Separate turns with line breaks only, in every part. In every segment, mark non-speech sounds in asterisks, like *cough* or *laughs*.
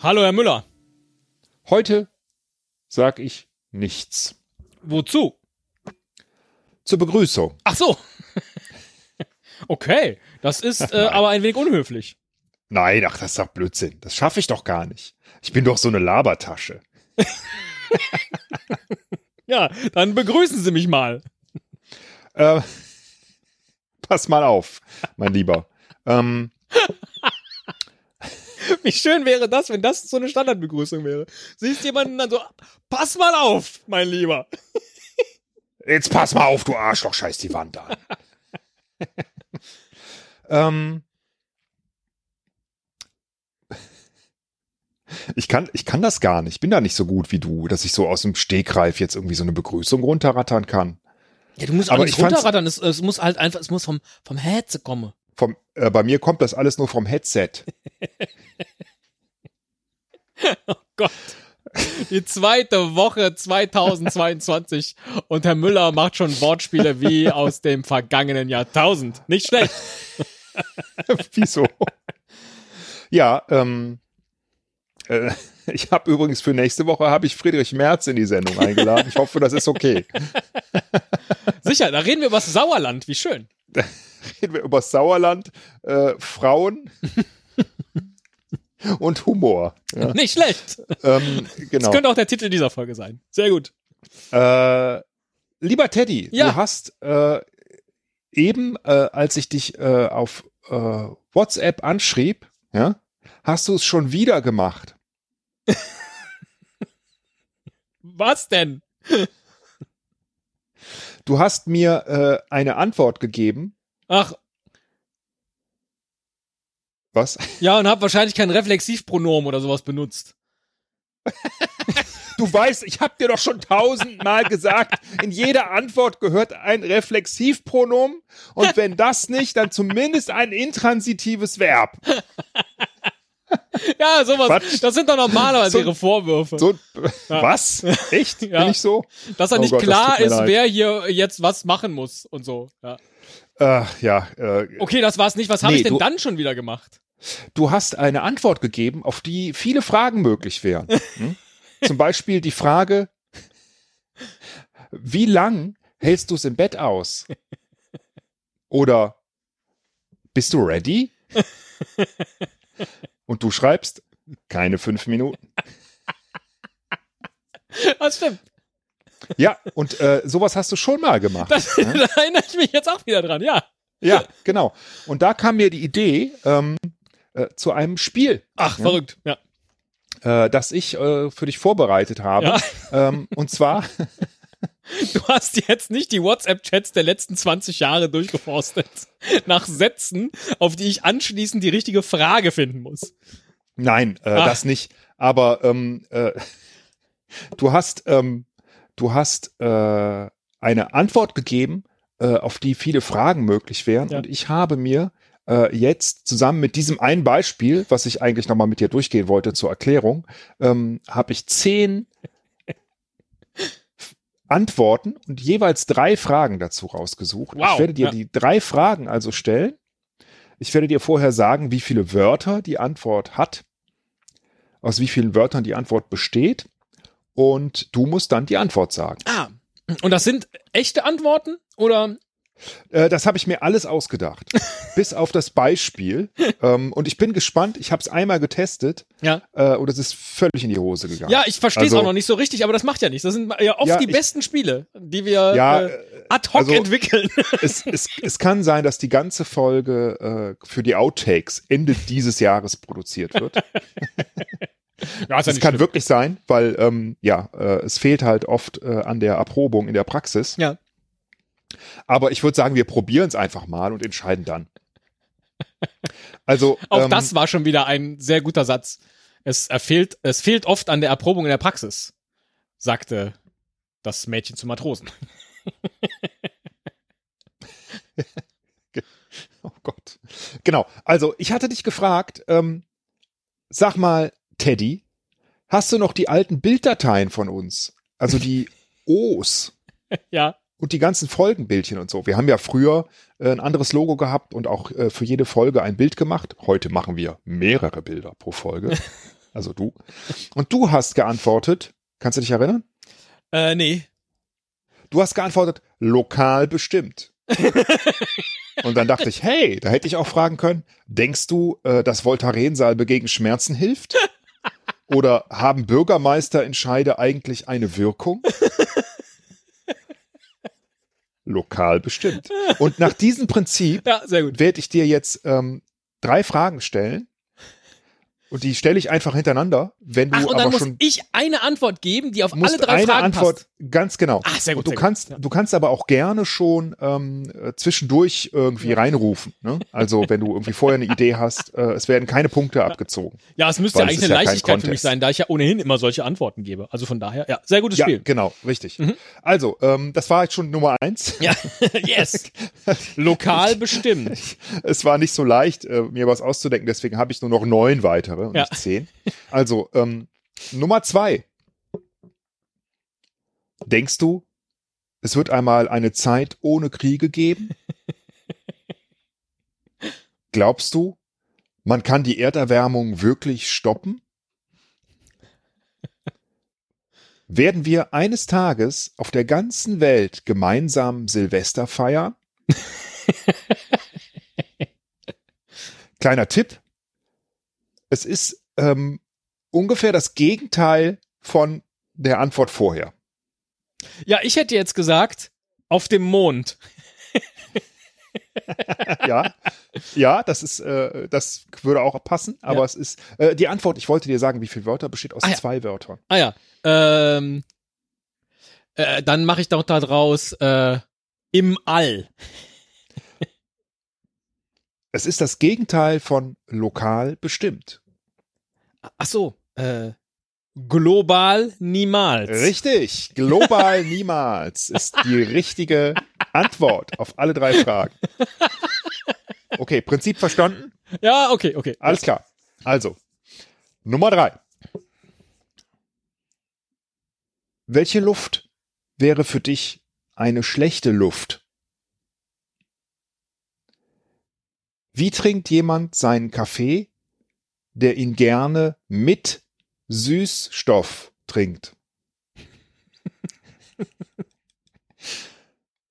Hallo, Herr Müller.
Heute sag ich nichts.
Wozu?
Zur Begrüßung.
Ach so. *laughs* okay, das ist äh, aber ein wenig unhöflich.
Nein, ach, das ist doch Blödsinn. Das schaffe ich doch gar nicht. Ich bin doch so eine Labertasche.
Ja, dann begrüßen Sie mich mal.
Äh, *laughs* pass mal auf, mein Lieber. Ähm,
*laughs* Wie schön wäre das, wenn das so eine Standardbegrüßung wäre. Siehst jemanden dann so, pass mal auf, mein Lieber.
jetzt pass mal auf, du Arschloch, scheiß die Wand *laughs* an. ähm, ich, kann, ich kann das gar nicht. Ich bin da nicht so gut wie du, dass ich so aus dem Stegreif jetzt irgendwie so eine Begrüßung runterrattern kann.
Ja, du musst
Aber
aber nicht
ich fand's-
runterrattern. Es, es muss halt einfach, es muss vom, vom Herzen kommen.
Vom, äh, bei mir kommt das alles nur vom Headset. *laughs*
Gott. Die zweite Woche *laughs* 2022 und Herr Müller macht schon Wortspiele wie aus dem vergangenen Jahrtausend. Nicht schlecht.
Wieso? Ja, ähm, äh, *laughs* ich habe übrigens für nächste Woche habe ich Friedrich Merz in die Sendung eingeladen. Ich hoffe, das
*laughs*
ist okay.
Sicher, da reden wir über das Sauerland. Wie schön.
Reden wir über Sauerland, äh,
*laughs*
Frauen und Humor. Ja,
Nicht schlecht.
ähm,
Das
genau.
könnte auch der Titel dieser Folge sein. Sehr gut.
Äh, lieber Teddy,
Ja.
du hast äh, eben, äh, als ich dich äh, auf äh, WhatsApp anschrieb, ja, hast du es schon wieder gemacht.
Was denn?
Du hast mir äh, eine Antwort gegeben.
Ach,
Was?
ja, und hab wahrscheinlich kein Reflexivpronomen oder sowas benutzt. *laughs*
Du weißt, ich habe dir doch schon tausendmal gesagt, in jeder Antwort gehört ein Reflexivpronomen und wenn das nicht, dann zumindest ein intransitives Verb.
Ja, sowas.
Quatsch.
Das sind doch normalerweise
So-
ihre Vorwürfe.
So was? Echt?
Ja.
Bin ich so?
dass er
Oh
nicht
Gott, das
klar
tut mir
ist,
leid.
wer hier jetzt was machen muss und so. Ja.
Äh, ja, äh,
Okay, das war's nicht. Was habe
Nee,
ich denn
du-
dann schon wieder gemacht? *laughs*
du hast eine Antwort gegeben, auf die viele Fragen
*laughs*
möglich wären. Hm? Zum Beispiel die Frage, wie lang hältst du es im Bett aus? Oder bist du ready? Und du schreibst, keine fünf Minuten.
Das stimmt.
Ja, und äh, sowas hast du schon mal gemacht.
Das, *laughs* da erinnere ich mich jetzt auch wieder dran, ja.
Ja, genau. Und da kam mir die Idee ähm, äh, zu einem Spiel.
Ach, verrückt. Ja.
äh, das ich äh, für dich vorbereitet habe.
Ja.
Ähm, und zwar,
Du hast jetzt nicht die WhatsApp-Chats der letzten 20 Jahre durchgeforstet. *laughs* Nach Sätzen, auf die ich anschließend die richtige Frage finden muss.
nein, äh,
Ah.
das nicht. Aber ähm, äh, *laughs* du hast, ähm, du hast äh, eine Antwort gegeben, äh, auf die viele Fragen möglich wären.
Ja.
Und ich habe mir äh, jetzt zusammen mit diesem einen Beispiel, was ich eigentlich nochmal mit dir durchgehen wollte zur Erklärung, ähm, habe ich zehn Antworten und jeweils drei Fragen dazu rausgesucht.
Wow,
Ich werde dir
ja.
die drei Fragen also stellen. Ich werde dir vorher sagen, wie viele Wörter die Antwort hat, aus wie vielen Wörtern die Antwort besteht. Und du musst dann die Antwort sagen.
Ah. Und das sind echte Antworten? Oder?
Äh, das habe ich mir
*laughs*
alles ausgedacht. bis auf das Beispiel. Ähm, und ich bin gespannt. Ich habe es einmal getestet
Ja.
äh, und es ist völlig in die Hose gegangen.
Ja, ich verstehe es
Also-
auch noch nicht so richtig, aber das macht ja nichts. Das sind ja oft
Ja,
die
ich-
besten Spiele, die wir
Ja,
äh, ad hoc
also- *laughs*
entwickeln.
es, es, es kann sein, dass die ganze Folge äh, für die Outtakes Ende dieses Jahres
*laughs*
produziert wird.
Ja,
Das kann wirklich sein, weil ähm, ja, äh, es fehlt halt oft äh, an der Erprobung in der Praxis.
Ja.
Aber ich würde sagen, wir probieren es einfach mal und
*laughs*
entscheiden dann. Also
Auch
ähm,
das war schon wieder ein sehr guter Satz. Es äh, fehlt, es fehlt oft an der Erprobung in der Praxis, sagte das Mädchen zum Matrosen.
*laughs* Oh Gott. Genau. Also, ich hatte dich gefragt, ähm, sag mal, Teddy, hast du noch die alten Bilddateien von uns? Also die O's
Ja,
und die ganzen Folgenbildchen und so. Wir haben ja früher äh, ein anderes Logo gehabt und auch äh, für jede Folge ein Bild gemacht. Heute machen wir mehrere Bilder pro Folge. also du. Und du hast geantwortet, kannst du dich erinnern?
Äh, nee.
Du hast geantwortet, lokal
*laughs*
bestimmt. Und dann dachte ich, hey, da hätte ich auch fragen können, denkst du, äh, dass Voltarensalbe gegen Schmerzen hilft? Oder haben Bürgermeisterentscheide eigentlich eine Wirkung? Lokal bestimmt. Und nach diesem Prinzip
Ja, sehr gut.
werde ich dir jetzt ähm, drei Fragen stellen. Und die stelle ich einfach hintereinander, wenn du
Ach, und dann
aber
muss
schon
ich eine Antwort geben, die auf
musst
alle drei
eine
Fragen
Antwort ganz genau.
passt. Ach, sehr gut.
Und du
sehr
kannst,
gut.
du kannst aber auch gerne schon ähm, äh, zwischendurch irgendwie reinrufen. Ne? Also wenn du irgendwie vorher eine Idee hast, äh, es werden keine Punkte abgezogen.
Ja, es müsste
Weil
ja eigentlich
es ist
eine
ja kein
Leichtigkeit für mich
Contest.
sein, da ich ja ohnehin immer solche Antworten gebe. Also von daher, ja, sehr gutes
Ja, *laughs*
Spiel. Mhm.
genau, richtig. Also, ähm, das war jetzt schon Nummer eins.
Ja, yes. Lokal bestimmt.
Es war nicht so leicht, äh, mir was auszudenken, deswegen habe ich nur noch neun weitere und
Ja.
nicht zehn. Also, ähm, Nummer zwei. Denkst du, es wird einmal eine Zeit ohne Kriege geben? Glaubst du, man kann die Erderwärmung wirklich stoppen? Werden wir eines Tages auf der ganzen Welt gemeinsam Silvester feiern? Kleiner Tipp. Es ist ähm, ungefähr das Gegenteil von der Antwort vorher.
*laughs* Ja, ich hätte jetzt gesagt, auf dem Mond. *laughs*
Ja, ja, das ist, äh, das würde auch passen, aber
Ja.
es ist äh, die Antwort, ich wollte dir sagen, wie viele Wörter besteht aus
Ah ja.
zwei Wörtern.
Ah ja. Ähm, äh, dann mache ich doch da draus äh, im All.
Es ist das Gegenteil von lokal bestimmt.
Ach so. Äh, global niemals.
Richtig,
*laughs*
global niemals ist die richtige Antwort auf alle drei Fragen. Okay, Prinzip verstanden?
Ja, okay, okay. *laughs*
Alles klar. Also, Nummer drei. Welche Luft wäre für dich eine schlechte Luft? Wie trinkt jemand seinen Kaffee, der ihn gerne mit Süßstoff trinkt?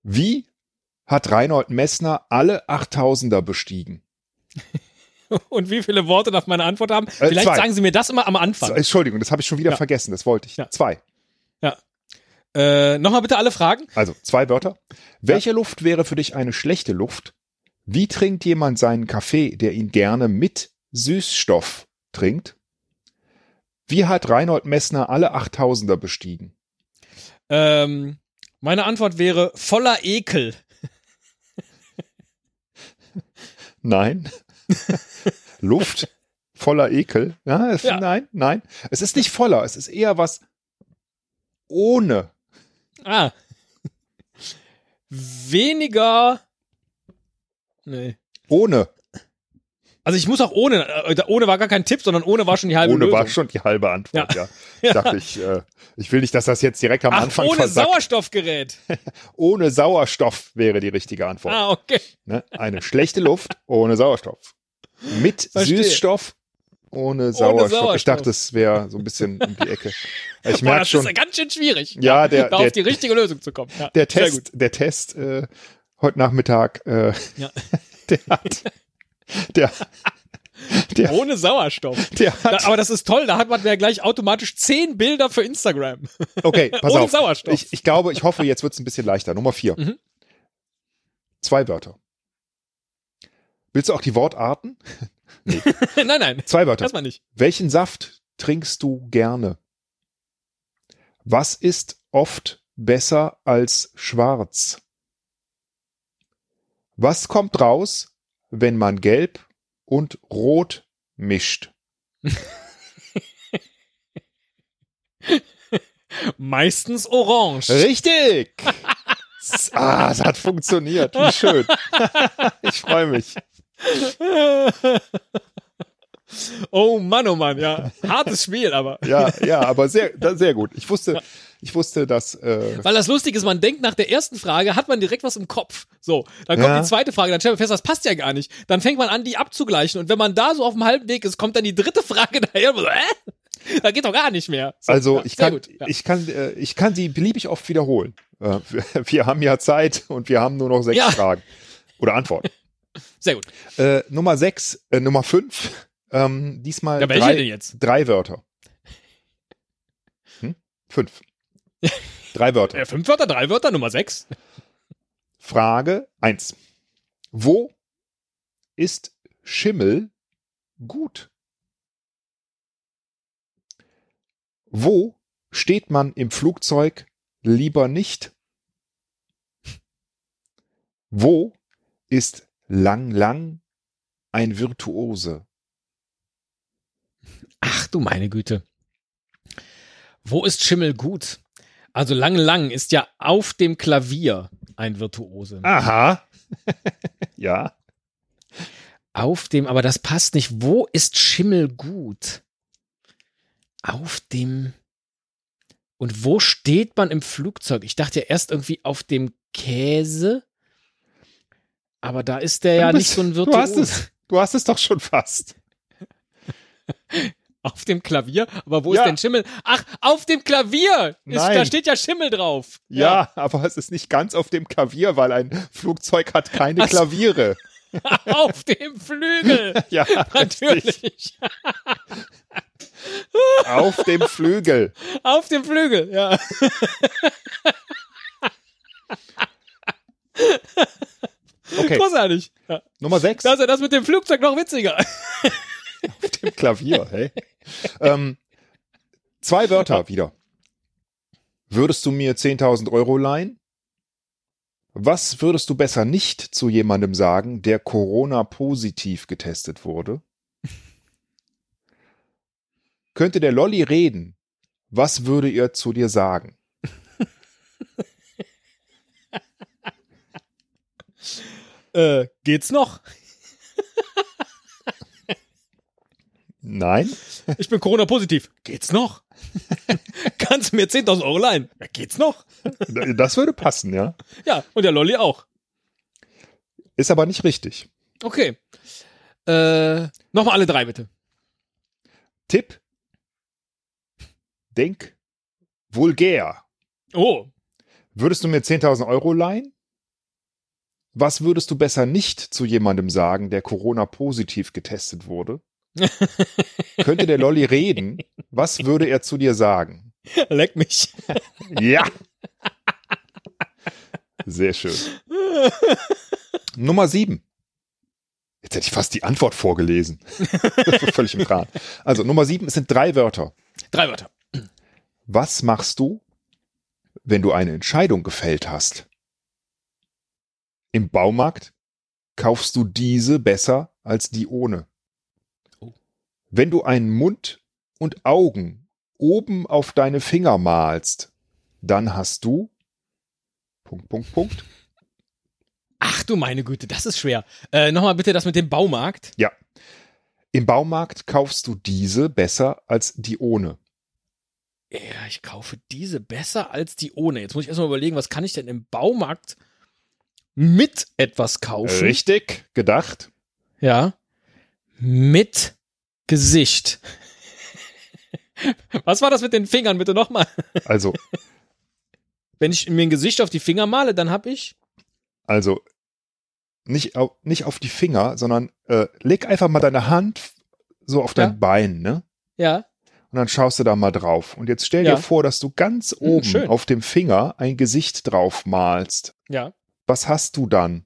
Wie hat Reinhold Messner alle 8000er bestiegen?
Und wie viele Worte darf meine Antwort haben?
Äh,
Vielleicht
zwei.
sagen Sie mir das immer am
Z-
Anfang.
Entschuldigung, das habe ich schon wieder
Ja.
vergessen. Das wollte ich.
Ja.
Zwei.
Äh, Nochmal bitte alle Fragen.
Also zwei Wörter. Welche Luft wäre für dich eine schlechte Luft? Wie trinkt jemand seinen Kaffee, der ihn gerne mit Süßstoff trinkt? Wie hat Reinhold Messner alle 8000er bestiegen?
Ähm, meine Antwort wäre voller Ekel.
Nein. *laughs* Luft voller Ekel. Ja,
Ja.
Nein, nein. Es ist nicht voller, es ist eher was ohne.
Ah. *laughs* Weniger. Nee.
Ohne.
Also ich muss auch ohne, äh, ohne war gar kein Tipp, sondern ohne war schon die halbe
Ohne
Lösung.
war schon die halbe Antwort, ja. Ich
*laughs*
dachte ich, äh, ich will nicht, dass das jetzt direkt am
Ach,
Anfang
ohne
versagt.
Sauerstoffgerät.
ohne Sauerstoff wäre die richtige Antwort.
Ah, okay.
Ne? Eine schlechte Luft ohne Sauerstoff. Mit
Verstehe.
Süßstoff ohne Sauerstoff.
Sauerstoff.
Ich dachte, es wäre so ein bisschen um
*laughs*
die Ecke. Ich
Boah,
merke
das
schon,
ist ja ganz schön schwierig,
ja, der,
da
der,
auf die richtige Lösung zu kommen. Ja,
der
sehr gut.
Test, der Test äh, heute Nachmittag, äh, *laughs*
Ja.
der hat, der, der,
Ohne
*laughs*
Sauerstoff.
der
Da,
hat,
aber das ist toll, da hat man ja gleich automatisch zehn Bilder für Instagram. *laughs*
okay, pass
ohne
auf.
Sauerstoff.
Ich, ich glaube, ich hoffe, jetzt wird es ein bisschen leichter. Nummer vier.
Mhm.
Zwei Wörter. Willst du auch die Wortarten?
nein, nein,
Zwei Wörter.
erstmal nicht.
Welchen Saft trinkst du gerne? Was ist oft besser als schwarz? Was kommt raus, wenn man gelb und rot mischt?
Meistens orange.
Richtig! *laughs* ah, es hat funktioniert. Wie schön. ich freue mich.
Oh Mann, oh Mann, ja.
*laughs*
Hartes Spiel, aber.
Ja, ja, aber sehr, da- sehr gut. Ich wusste, ich wusste, dass äh,
Weil das lustig ist, man denkt nach der ersten Frage, hat man direkt was im Kopf. So, dann kommt
Ja.
die zweite Frage, dann stellt man fest, das passt ja gar nicht. Dann fängt man an, die abzugleichen. Und wenn man da so auf dem halben Weg ist, kommt dann die dritte Frage *laughs* daher. und man so, Äh? Da geht doch gar nicht mehr. So,
also
ja,
ich
sehr
kann,
gut, ja.
ich kann, äh, ich kann sie beliebig oft wiederholen. Äh, *laughs* wir, wir haben ja Zeit und wir haben nur noch sechs
Ja.
Fragen oder
*laughs*
Antworten.
sehr gut.
Äh, Nummer sechs, äh, Nummer fünf. Ähm, diesmal
Ja, welche
drei,
denn jetzt?
drei Wörter. Hm?
*laughs*
Fünf. drei Wörter.
Ja, Äh, fünf Wörter, drei Wörter, Nummer sechs.
Frage 1. Wo ist Schimmel gut? Wo steht man im Flugzeug lieber nicht? Wo ist lang lang ein Virtuose?
Ach du meine Güte. Wo ist Schimmel gut? Also lang, lang ist ja auf dem Klavier ein Virtuose.
Aha. *laughs* ja.
Auf dem, aber das passt nicht. Wo ist Schimmel gut? Auf dem. Und wo steht man im Flugzeug? Ich dachte ja erst irgendwie auf dem Käse. Aber da ist der
Du
ja
bist-
nicht so ein
du
Virtuos.
hast es. Du hast es doch schon fast.
*laughs* Auf dem Klavier? Aber wo
Ja.
ist denn Schimmel? Ach, auf dem Klavier! Ist,
Nein.
da steht ja Schimmel drauf.
Ja, aber es ist nicht ganz auf dem Klavier, weil ein Flugzeug hat keine
Ach so.
Klaviere.
Ja. Auf dem
*laughs*
Flügel!
Ja, richtig.
Natürlich.
Auf dem Flügel.
Auf dem Flügel, ja.
Okay,
Großartig. Ja.
Nummer 6
Da ist ja das mit dem Flugzeug noch witziger.
auf dem Klavier. Hey. ähm, zwei Wörter wieder. Würdest du mir 10.000 Euro leihen? Was würdest du besser nicht zu jemandem sagen, der Corona-positiv getestet wurde? Könnte der Lolli reden? Was würde er zu dir sagen?
Äh, geht's noch?
Nein?
Ich bin Corona-positiv. Geht's noch? Kannst du mir 10.000 Euro leihen? Ja, geht's noch?
Das würde passen, ja.
Ja, und der Lolli auch.
Ist aber nicht richtig.
Okay. Äh, nochmal alle drei bitte.
Tipp: Denk vulgär.
Oh, *laughs*
Würdest du mir 10.000 Euro leihen? Was würdest du besser nicht zu jemandem sagen, der Corona-positiv getestet wurde? Könnte der Lolli reden? Was würde er zu dir sagen?
leck mich.
Ja! Sehr schön. Nummer sieben. Jetzt hätte ich fast die Antwort vorgelesen. Völlig im Kran. Also Nummer sieben, es sind drei Wörter.
Drei Wörter.
Was machst du, wenn du eine Entscheidung gefällt hast? Im Baumarkt kaufst du diese besser als die ohne.
Oh.
Wenn du einen Mund und Augen oben auf deine Finger malst, dann hast du Punkt, Punkt, Punkt.
Ach du meine Güte, das ist schwer. Äh, nochmal bitte das mit dem Baumarkt.
Ja. Im Baumarkt kaufst du diese besser als die ohne.
Ja, ich kaufe diese besser als die ohne. Jetzt muss ich erstmal überlegen, was kann ich denn im Baumarkt mit etwas kaufen?
Richtig gedacht.
Ja. Mit Gesicht. *laughs* Was war das mit den Fingern, bitte nochmal?
Also,
Wenn ich mir ein Gesicht auf die Finger male, dann hab ich.
Also nicht auf, nicht auf die Finger, sondern äh, leg einfach mal deine Hand so auf dein
Ja.
Bein, ne?
Ja.
Und dann schaust du da mal drauf. Und jetzt stell
Ja. Hm,
dir vor, dass du ganz oben
schön.
auf dem Finger ein Gesicht drauf malst.
Ja.
Was hast du dann?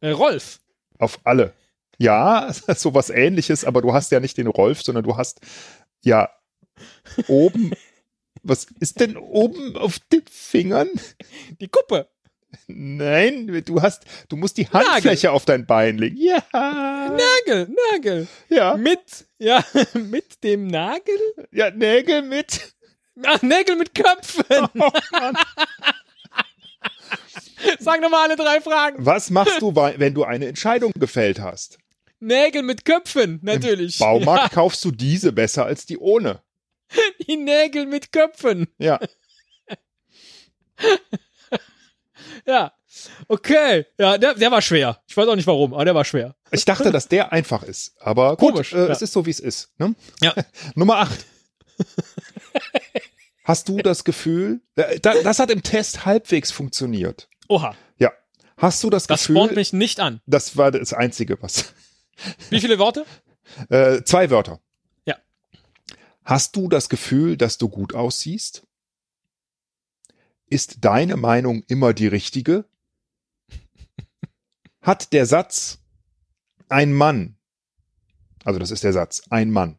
Äh, Rolf.
Auf alle. Ja, *laughs* sowas ähnliches, aber du hast ja nicht den Rolf, sondern du hast ja
*laughs*
oben. Was ist denn oben auf den Fingern? *laughs*
Die Kuppe.
Nein, du hast, du musst die Handfläche auf dein Bein legen. Ja.
Nagel, Nagel.
Ja.
Mit, ja, *laughs* mit dem Nagel?
Ja, Nägel mit.
Ach, Nägel mit Köpfen. *laughs* Sag nochmal alle drei Fragen. *laughs*
Was machst du, wei- wenn du eine Entscheidung gefällt hast?
Nägel mit Köpfen, natürlich.
Baumarkt kaufst du diese besser als die ohne.
Die Nägel mit Köpfen.
Ja.
Ja. Okay. Ja, der, der war schwer. Ich weiß auch nicht warum, aber der war schwer.
Ich dachte, dass der einfach ist, aber gut,
Komisch,
äh,
ja.
es ist so, wie es ist. Ne?
Ja.
*laughs* Nummer
*laughs*
8. Hast du das Gefühl, äh, da- das hat im Test halbwegs funktioniert.
Oha.
Hast du das,
Das spornt
Gefühl,
mich nicht an.
das war das Einzige, was.
Wie viele Worte?
Äh, zwei Wörter.
Ja.
Hast du das Gefühl, dass du gut aussiehst? Ist deine Meinung immer die richtige? Hat der Satz ein Mann, also das ist der Satz, ein Mann.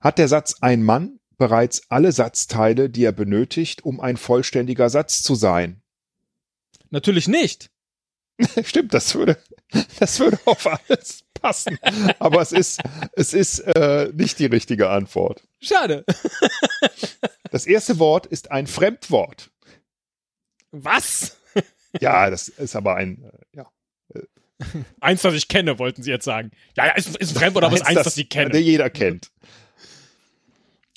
Hat der Satz ein Mann bereits alle Satzteile, die er benötigt, um ein vollständiger Satz zu sein?
*laughs*
*laughs*
Natürlich nicht.
Stimmt, das würde, das würde auf alles passen. Aber es ist, es ist äh, nicht die richtige Antwort.
Schade.
Das erste Wort ist ein Fremdwort.
Was?
Ja, das ist aber ein, äh, ja.
Eins, das ich kenne, wollten sie jetzt sagen. Ja, ja, ist, ist ein Fremdwort, aber es ist eins, das, sie
der
kennen.
Jeder kennt.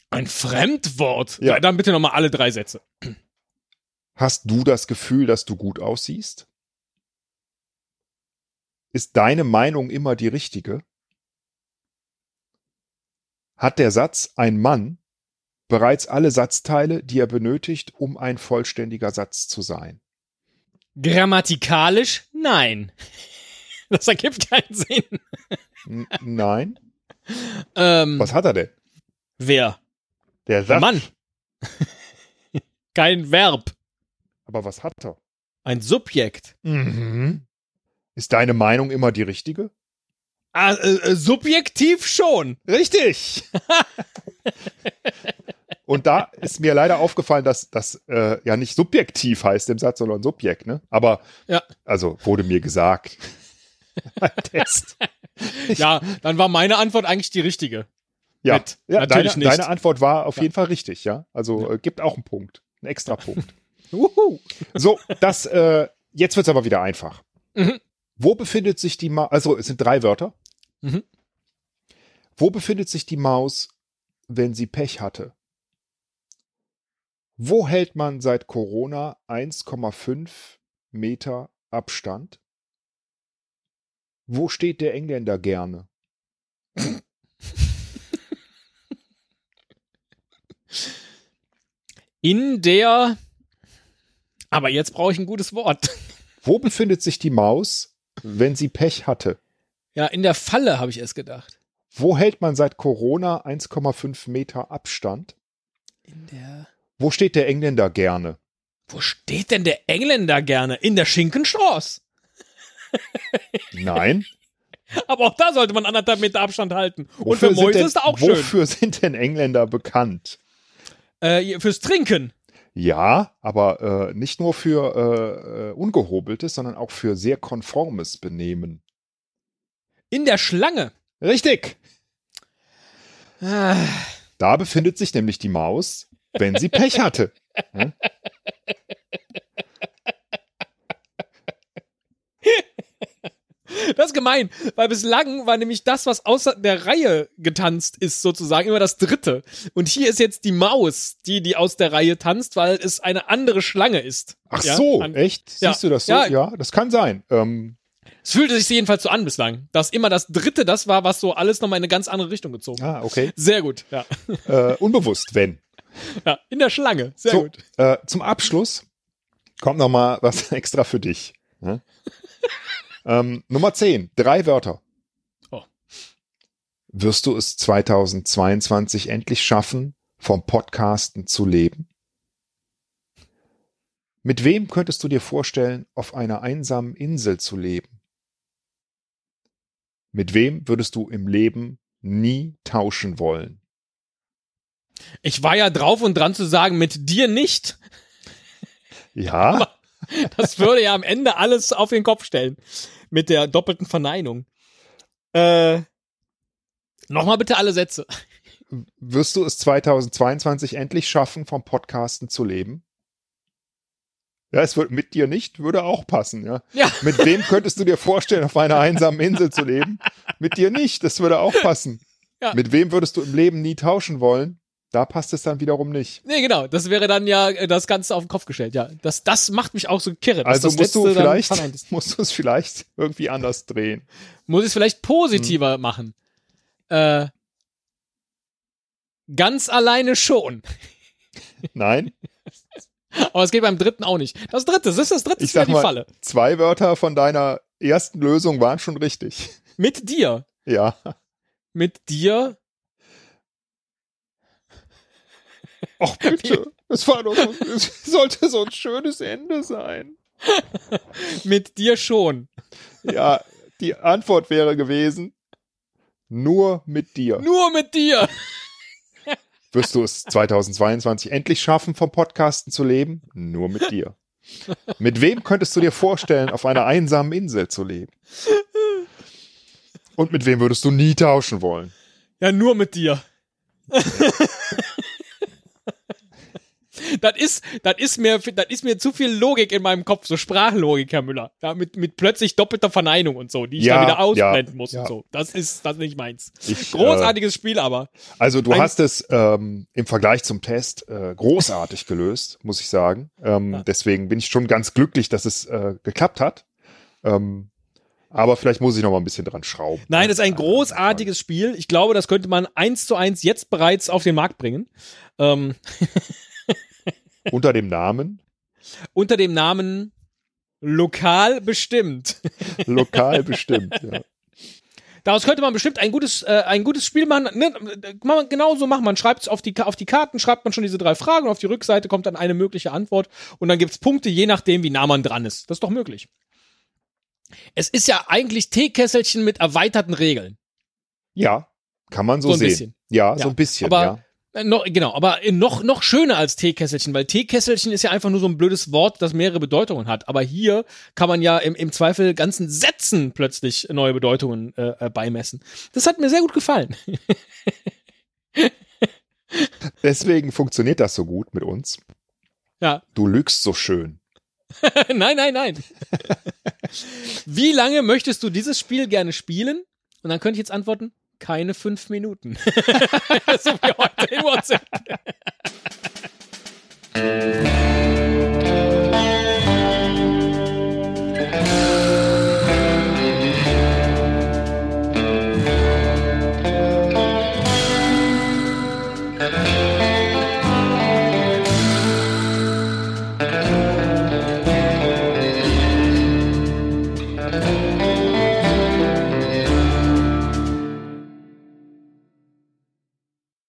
Ein Fremdwort?
Ja.
Ja. Dann bitte nochmal alle drei Sätze.
Hast du das Gefühl, dass du gut aussiehst? Ist deine Meinung immer die richtige? Hat der Satz ein Mann bereits alle Satzteile, die er benötigt, um ein vollständiger Satz zu sein?
Grammatikalisch? Nein. *laughs* Das ergibt keinen Sinn.
N
*laughs*
nein?
Ähm,
Was hat er denn?
Wer?
Der
Der Mann. *laughs* Kein Verb.
Aber was hat er?
Ein Subjekt.
Mhm. Ist deine Meinung immer die richtige?
Ah, äh, äh, subjektiv schon.
Richtig. *laughs* Und da ist mir leider aufgefallen, dass das äh, ja nicht subjektiv heißt im Satz, sondern Subjekt, ne? Aber
Ja.
also wurde mir gesagt. Ein Test.
*laughs* Ja, dann war meine Antwort eigentlich die richtige.
Ja,
Mit.
ja
Natürlich
deine,
nicht.
deine Antwort war auf
Ja.
jeden Fall richtig, ja. Also äh, gibt auch einen Punkt, einen extra Punkt.
*laughs* Uhu.
So, das äh, jetzt wird's aber wieder einfach.
Mhm.
Wo befindet sich die Maus? Also es sind drei Wörter.
Mhm.
Wo befindet sich die Maus, wenn sie Pech hatte? Wo hält man seit Corona 1,5 Meter Abstand? Wo steht der Engländer gerne?
In der. Aber jetzt brauche ich ein gutes Wort. *laughs*
Wo befindet sich die Maus, wenn sie Pech hatte?
Ja, in der Falle habe ich erst gedacht.
Wo hält man seit Corona 1,5 Meter Abstand?
In der.
Wo steht der Engländer gerne?
Wo steht denn der Engländer gerne? In der Schinkenstraße. *laughs*
Nein.
Aber auch da sollte man anderthalb Meter Abstand halten. *laughs* Und
Wofür
für
sind
Mäuse
denn,
ist auch schön.
Wofür sind denn Engländer bekannt?
Äh, fürs Trinken.
Ja, aber äh, nicht nur für äh, äh, ungehobeltes, sondern auch für sehr konformes Benehmen.
In der Schlange.
Richtig.
Ah.
Da befindet sich nämlich die Maus, wenn sie Pech hatte. Hm?
Das ist gemein, weil bislang war nämlich das, was außer der Reihe getanzt ist, sozusagen immer das dritte. Und hier ist jetzt die Maus, die, die aus der Reihe tanzt, weil es eine andere Schlange ist.
Ach
Ja,
so,
an-
echt?
Ja,
Siehst du das so? Ja,
ja.
das kann sein. Ähm,
Es fühlte sich jedenfalls so an bislang, dass immer das dritte das war, was so alles nochmal in eine ganz andere Richtung gezogen hat.
ah, okay.
Sehr gut, ja.
Äh, unbewusst, wenn.
ja. In der Schlange, sehr
so,
gut.
Äh, zum Abschluss kommt noch mal was *laughs* extra für dich.
*laughs*
Ne? ähm, Nummer 10, drei Wörter.
Oh.
Wirst du es 2022 endlich schaffen, vom Podcasten zu leben? Mit wem könntest du dir vorstellen, auf einer einsamen Insel zu leben? Mit wem würdest du im Leben nie tauschen wollen?
Ich war ja drauf und dran zu sagen, mit dir nicht.
Ja.
Das würde ja am Ende alles auf den Kopf stellen. Mit der doppelten Verneinung. Äh. Nochmal bitte alle Sätze.
Wirst du es 2022 endlich schaffen, vom Podcasten zu leben? Ja, es wird mit dir nicht, würde auch passen, ja.
Ja. *laughs*
Mit wem könntest du dir vorstellen, auf einer einsamen Insel zu leben? Mit dir nicht, das würde auch passen.
Ja.
Mit wem würdest du im Leben nie tauschen wollen? Da passt es dann wiederum nicht.
Nee, genau. Das wäre dann ja äh, das Ganze auf den Kopf gestellt, ja. Das, das macht mich auch so kirre. dass
Also
das
musst du
Letzte dann
*laughs* vielleicht,
verneint ist.
musst du es vielleicht irgendwie anders drehen.
Muss ich es vielleicht positiver
Hm.
machen. Äh, ganz alleine schon. *laughs*
Nein,
Aber es geht beim dritten auch nicht. Das dritte, das ist das dritte,
ich
ist wieder
sag
die
mal,
Falle.
zwei Wörter von deiner ersten Lösung waren schon richtig.
Mit dir.
Ja.
Mit dir.
Ach *laughs* bitte, es Oh, war doch, so- es *laughs* sollte so ein schönes Ende sein.
Mit dir schon.
Ja, die Antwort wäre gewesen, nur mit dir.
Nur mit dir.
Wirst du es 2022 endlich schaffen, vom Podcasten zu leben? Nur mit dir. Mit wem könntest du dir vorstellen, auf einer einsamen Insel zu leben? Und mit wem würdest du nie tauschen wollen?
Ja, nur mit dir. Das ist, das, ist mir, das ist mir zu viel Logik in meinem Kopf, so Sprachlogik, Herr Müller. Ja, mit, mit plötzlich doppelter Verneinung und so, die ich
Ja,
da wieder
ja,
ausblenden muss
ja.
und so. Das ist das ist nicht meins.
Ich,
Großartiges Spiel aber.
Äh, also du
Ein-
hast es ähm, im Vergleich zum Test äh, großartig gelöst, muss ich sagen. Ähm,
Ja.
Deswegen bin ich schon ganz glücklich, dass es äh, geklappt hat. Ähm, aber vielleicht muss ich noch mal ein bisschen dran schrauben. ne?
Nein, das ist ein großartiges Spiel. Ich glaube, das könnte man eins zu eins jetzt bereits auf den Markt bringen. Ähm,
Unter
*laughs*
dem Namen
unter dem Namen Lokal bestimmt.
lokal bestimmt. Ja.
Daraus könnte man bestimmt ein gutes, äh, ein gutes Spiel machen. Ne, kann man genauso machen. Man schreibt es auf die, Ka- auf die Karten, schreibt man schon diese drei Fragen und auf die Rückseite kommt dann eine mögliche Antwort. Und dann gibt es Punkte, je nachdem, wie nah man dran ist. Das ist doch möglich. Es ist ja eigentlich Teekesselchen mit erweiterten Regeln.
Ja, kann man so,
So ein
sehen.
bisschen.
Ja, so
Ja,
ein bisschen.
aber-
ja.
Äh, noch, genau, aber äh, noch, noch schöner als Teekesselchen, weil Teekesselchen ist ja einfach nur so ein blödes Wort, das mehrere Bedeutungen hat. Aber hier kann man ja im, im Zweifel ganzen Sätzen plötzlich neue Bedeutungen äh, äh, beimessen. Das hat mir sehr gut gefallen. *laughs*
Deswegen funktioniert das so gut mit uns.
Ja.
Du lügst so schön.
*laughs* nein, nein, nein. Wie lange möchtest du dieses Spiel gerne spielen? Und dann könnte ich jetzt antworten, keine fünf *laughs* Minuten. so wie heute in WhatsApp.